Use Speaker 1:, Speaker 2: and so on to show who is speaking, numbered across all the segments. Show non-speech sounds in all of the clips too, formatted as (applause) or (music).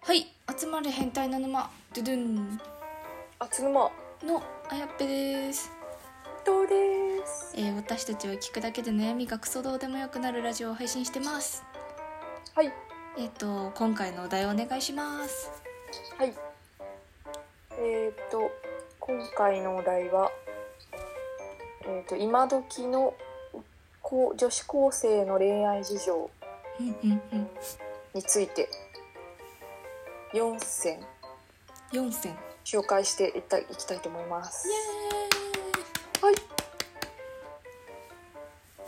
Speaker 1: はい集まれ変態な沼ドゥドゥン
Speaker 2: あつぬま
Speaker 1: のあやっぺです、
Speaker 2: どうです
Speaker 1: えー私たちは聞くだけで悩みがクソどうでもよくなるラジオを配信してます
Speaker 2: はい
Speaker 1: えっ、と今回のお題お願いします
Speaker 2: はいえー、っと今回のお題はえー、っと今時のこう女子高生の恋愛事情
Speaker 1: うんうんうん
Speaker 2: について4選
Speaker 1: 4選
Speaker 2: 紹介していったいきたいと思います
Speaker 1: イ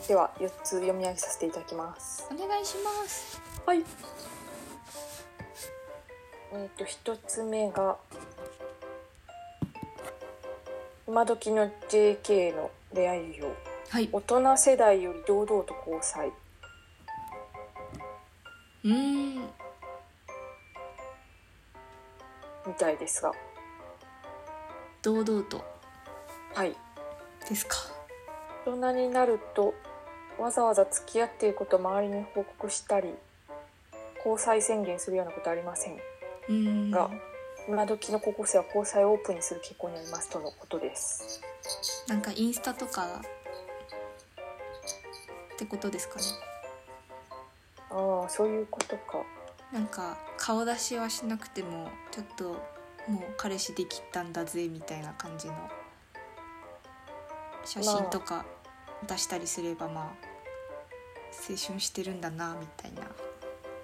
Speaker 1: エ
Speaker 2: では4つ読み上げさせていただきます
Speaker 1: ーイお願いします
Speaker 2: はいえっ、と1つ目が今時の JK の恋愛事情
Speaker 1: はい
Speaker 2: 大人世代より堂々と交際
Speaker 1: うーん
Speaker 2: みたいですが
Speaker 1: 堂々と
Speaker 2: はい
Speaker 1: ですか
Speaker 2: 大人になるとわざわざ付き合っていることを周りに報告したり交際宣言するようなことはありません
Speaker 1: うーん
Speaker 2: が今時の高校生は交際をオープンにする傾向にありますとのことです
Speaker 1: なんかインスタとかってことですかね
Speaker 2: ああそういうことか
Speaker 1: なんか顔出しはしなくてもちょっともう彼氏できたんだぜみたいな感じの写真とか出したりすればまあ青春してるんだなみたいな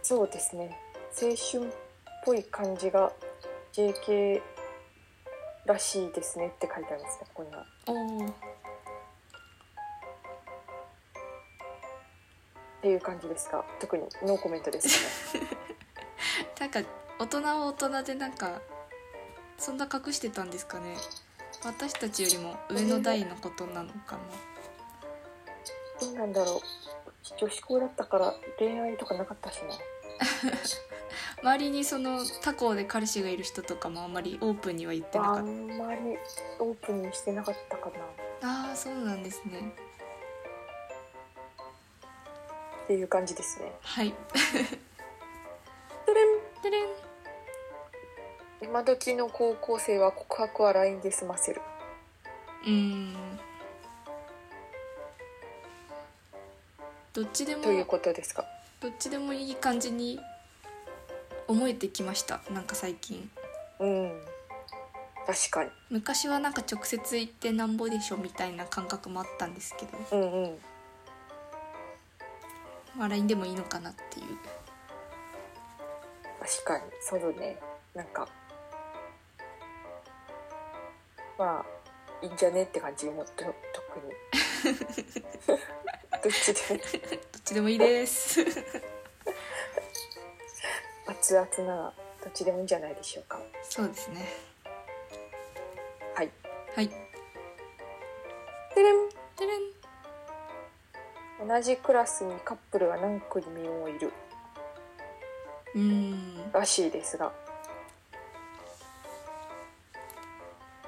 Speaker 2: そうですね青春っぽい感じが JK らしいですねって書いてありますねここには
Speaker 1: おお
Speaker 2: っていう感じですが特にノーコメントです (laughs) ね
Speaker 1: なんか大人は大人でなんかそんな隠してたんですかね私たちよりも上の代のことなのか
Speaker 2: どうなんだろう女子校だったから恋愛とかなかったしな
Speaker 1: な周りにその他校で彼氏がいる人とかもあんまりオープンには言ってなかっ
Speaker 2: あ
Speaker 1: た
Speaker 2: んまりオープンにしてなかったかなっ
Speaker 1: ああーそうなんですね
Speaker 2: ていう感じですね
Speaker 1: はい
Speaker 2: それ
Speaker 1: でれん
Speaker 2: 今時の高校生は告白は LINE で済ませる
Speaker 1: うーんどっちでも
Speaker 2: ということですか
Speaker 1: どっちでもいい感じに思えてきましたなんか最近
Speaker 2: うん確かに
Speaker 1: 昔はなんか直接行ってなんぼでしょみたいな感覚もあったんですけど、
Speaker 2: うんうん
Speaker 1: まあ、LINE でもいいのかなっていう
Speaker 2: 確かにそうねなんかまあいいんじゃねって感じもと特にどっちでも
Speaker 1: どっちでもいいです
Speaker 2: 熱々ならどっちでもいいんじゃないでしょうか
Speaker 1: (laughs) そうですね
Speaker 2: はい
Speaker 1: はい
Speaker 2: でれん
Speaker 1: でれん
Speaker 2: 同じクラスにカップルが何組もいる
Speaker 1: うーん
Speaker 2: らしいですが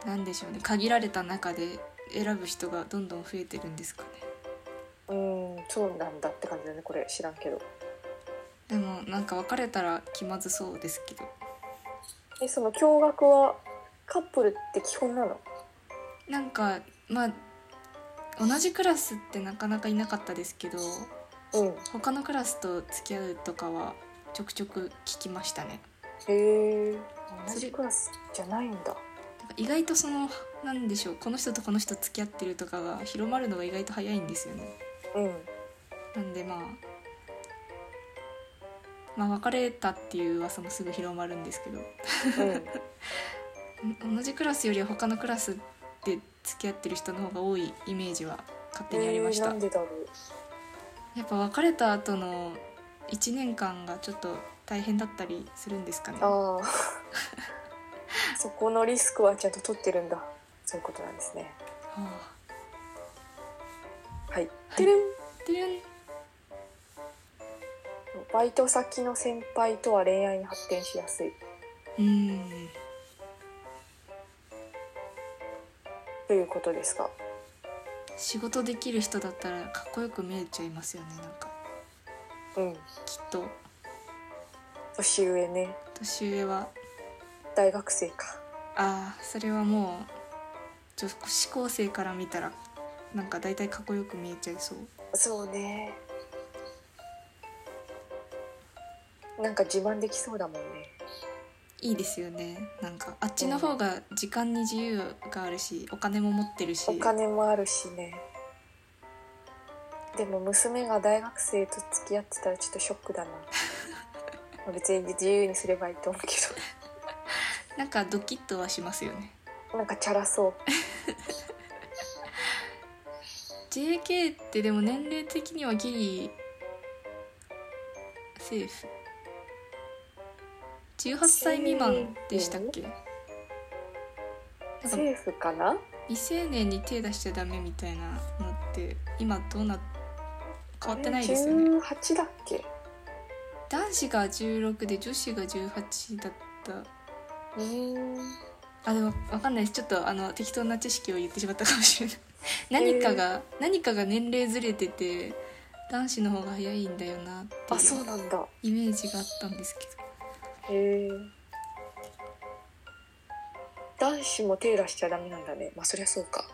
Speaker 1: なんでしょうね限られた中で選ぶ人がどんどん増えてるんですかね
Speaker 2: うーんそうなんだって感じだねこれ知らんけど
Speaker 1: でもなんか別れたら気まずそうですけど
Speaker 2: えその驚愕はカップルって基本なの
Speaker 1: なんかまあ同じクラスってなかなかいなかったですけど
Speaker 2: うん
Speaker 1: 他のクラスと付き合うとかはちょくちょく聞きましたね
Speaker 2: へえ同
Speaker 1: それ
Speaker 2: じクラスじゃないんだ
Speaker 1: なんか意外とそのなんでしょうこの人とこの人付き合ってるとかが広まるのが意外と早いんですよね
Speaker 2: うん
Speaker 1: なんでまあまあ別れたっていう噂もすぐ広まるんですけど
Speaker 2: うん
Speaker 1: ん同じクラスよりは他のクラスで付き合ってる人の方が多いイメージは勝手にありまし
Speaker 2: えー
Speaker 1: た
Speaker 2: なんでだろう
Speaker 1: やっぱ別れた後の1年間がちょっと大変だったりするんですかね (laughs)
Speaker 2: ああそこのリスクはちゃんと取ってるんだそういうことなんですね
Speaker 1: あ
Speaker 2: はい、
Speaker 1: い
Speaker 2: てるん
Speaker 1: あてるん
Speaker 2: バイト先の先輩とは恋愛に発展しやすいう
Speaker 1: ーん
Speaker 2: ということですが
Speaker 1: 仕事できる人だったらかっこよく見えちゃいますよねなんか
Speaker 2: うん
Speaker 1: きっと
Speaker 2: 年上ね
Speaker 1: 年上は
Speaker 2: 大学生か
Speaker 1: ああそれはもう女子高生から見たらなんか大体かっこよく見えちゃいそう
Speaker 2: そうねなんか自慢できそうだもんね
Speaker 1: いいですよねなんかあっちの方が時間に自由があるしお金も持ってるし
Speaker 2: お金もあるしねでも娘が大学生と付き合ってたらちょっとショッ
Speaker 1: (laughs)
Speaker 2: クだなまあ別に自由にすればいいと思うけ
Speaker 1: なんかドキッとはしますよね
Speaker 2: どなんかチャラそう
Speaker 1: JK ってでも年齢的にはギリセーフ18歳未満でしたっけなんか
Speaker 2: 政府かな
Speaker 1: 未成年に手出しちゃダメみたいなのって今どうな変わってないですよね
Speaker 2: 18だっけ
Speaker 1: 男子が16で女子が18だった
Speaker 2: うーん
Speaker 1: あでもわかんないですちょっとあの適当な知識を言ってしまったかもしれ
Speaker 2: (laughs)
Speaker 1: ない何かが、何かが年齢ずれてて男子の方が早いんだよなって
Speaker 2: あそ
Speaker 1: いう
Speaker 2: うなんだ
Speaker 1: イメージがあったんですけど
Speaker 2: へえ男子も手出しちゃダメなんだねまあそりゃそうか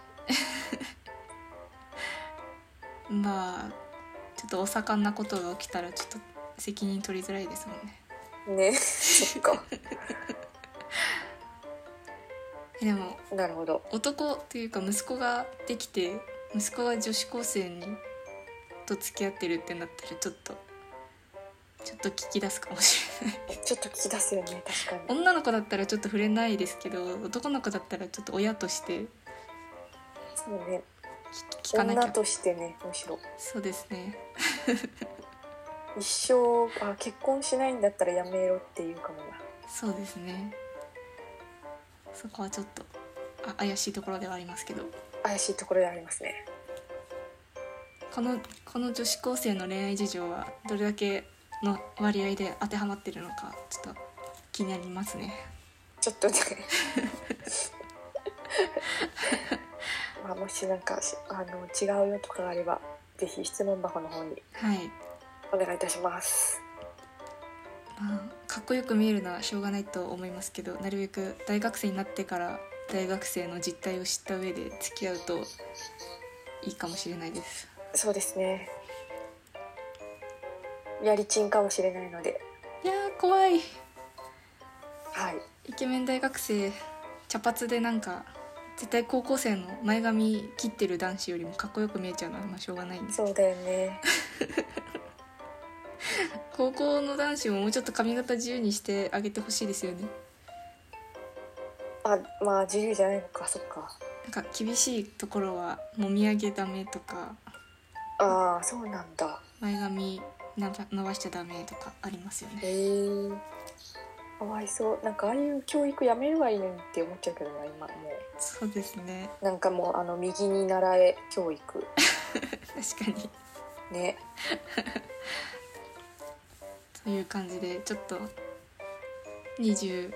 Speaker 1: まあちょっとお盛んなことが起きたらちょっと責任取りづらいですもんね (laughs)
Speaker 2: ねそっか
Speaker 1: えでも
Speaker 2: なるほど
Speaker 1: 男っていうか息子ができて息子が女子高生にと付き合ってるってなったらちょっとちょっと聞き出すかもしれない
Speaker 2: ちょっと聞き出すよね確かに
Speaker 1: 女の子だったらちょっと触れないですけど男の子だったらちょっと親として
Speaker 2: そうね
Speaker 1: 聞聞かなき
Speaker 2: 女
Speaker 1: ゃ
Speaker 2: としてねむしろ
Speaker 1: そうですね
Speaker 2: 一生あ結婚しないんだったらやめろっていうかも
Speaker 1: そうですねそこはちょっとあ怪しいところではありますけど
Speaker 2: な怪しいところでありますね
Speaker 1: このこの女子高生の恋愛事情はどれだけの割合で当てはまってるのかちょっと気になりますね
Speaker 2: ちょっとね (laughs) まあもしなんかしあの違うよとかがあればぜひ質問箱の方に
Speaker 1: はい
Speaker 2: お願いいたします
Speaker 1: まあかっこよく見えるのはしょうがないと思いますけどなるべく大学生になってから大学生の実態を知った上で付き合うといいかもしれないです
Speaker 2: そうですねやりちんかもしれないので
Speaker 1: いやー怖い
Speaker 2: はい
Speaker 1: イケメン大学生茶髪でなんか絶対高校生の前髪切ってる男子よりもかっこよく見えちゃうのはまあしょうがないんです
Speaker 2: そうだよね
Speaker 1: 高校の男子ももうちょっと髪型自由にしてあげてほしいですよね
Speaker 2: あまあ自由じゃないのかそっか
Speaker 1: なんか厳しいところはもみあげダメとか
Speaker 2: ああそうなんだ
Speaker 1: 前髪なば伸ばしちゃダメとかありますよね
Speaker 2: へえかわいそうなんかああいう教育やめればいいのにって思っちゃうけどな今も
Speaker 1: そうですね
Speaker 2: うなんかもうあの右に習え教育
Speaker 1: 確かに
Speaker 2: ね
Speaker 1: という感じでちょっと25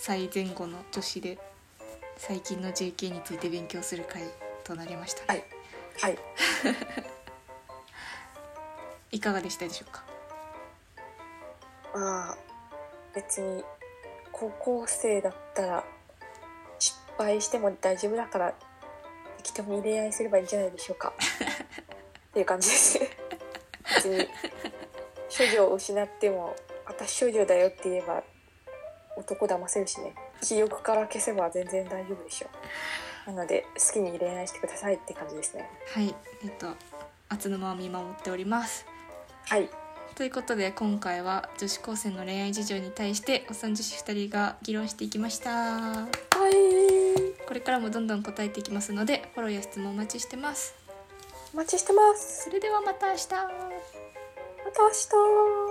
Speaker 1: 歳前後の女子で最近の JK について勉強する会となりましたね、
Speaker 2: はいはい
Speaker 1: い、かがでしたでしょうか
Speaker 2: まあ別に高校生だったら失敗しても大丈夫だから適当に恋愛すればいいんじゃないでしょう (laughs) かっていう感じですね別に処女を失っても私処女だよって言えば男騙せるしね記憶から消せば全然大丈夫でしょうなので好きに恋愛してくださいって感じですね
Speaker 1: はいえっと厚沼を見守っております
Speaker 2: はい
Speaker 1: ということで今回は女子高生の恋愛事情に対しておっさん女子2人が議論していきました
Speaker 2: はい
Speaker 1: これからもどんどん答えていきますのでフォローや質問お待ちしてます
Speaker 2: お待ちしてます
Speaker 1: それではまた明日
Speaker 2: また明日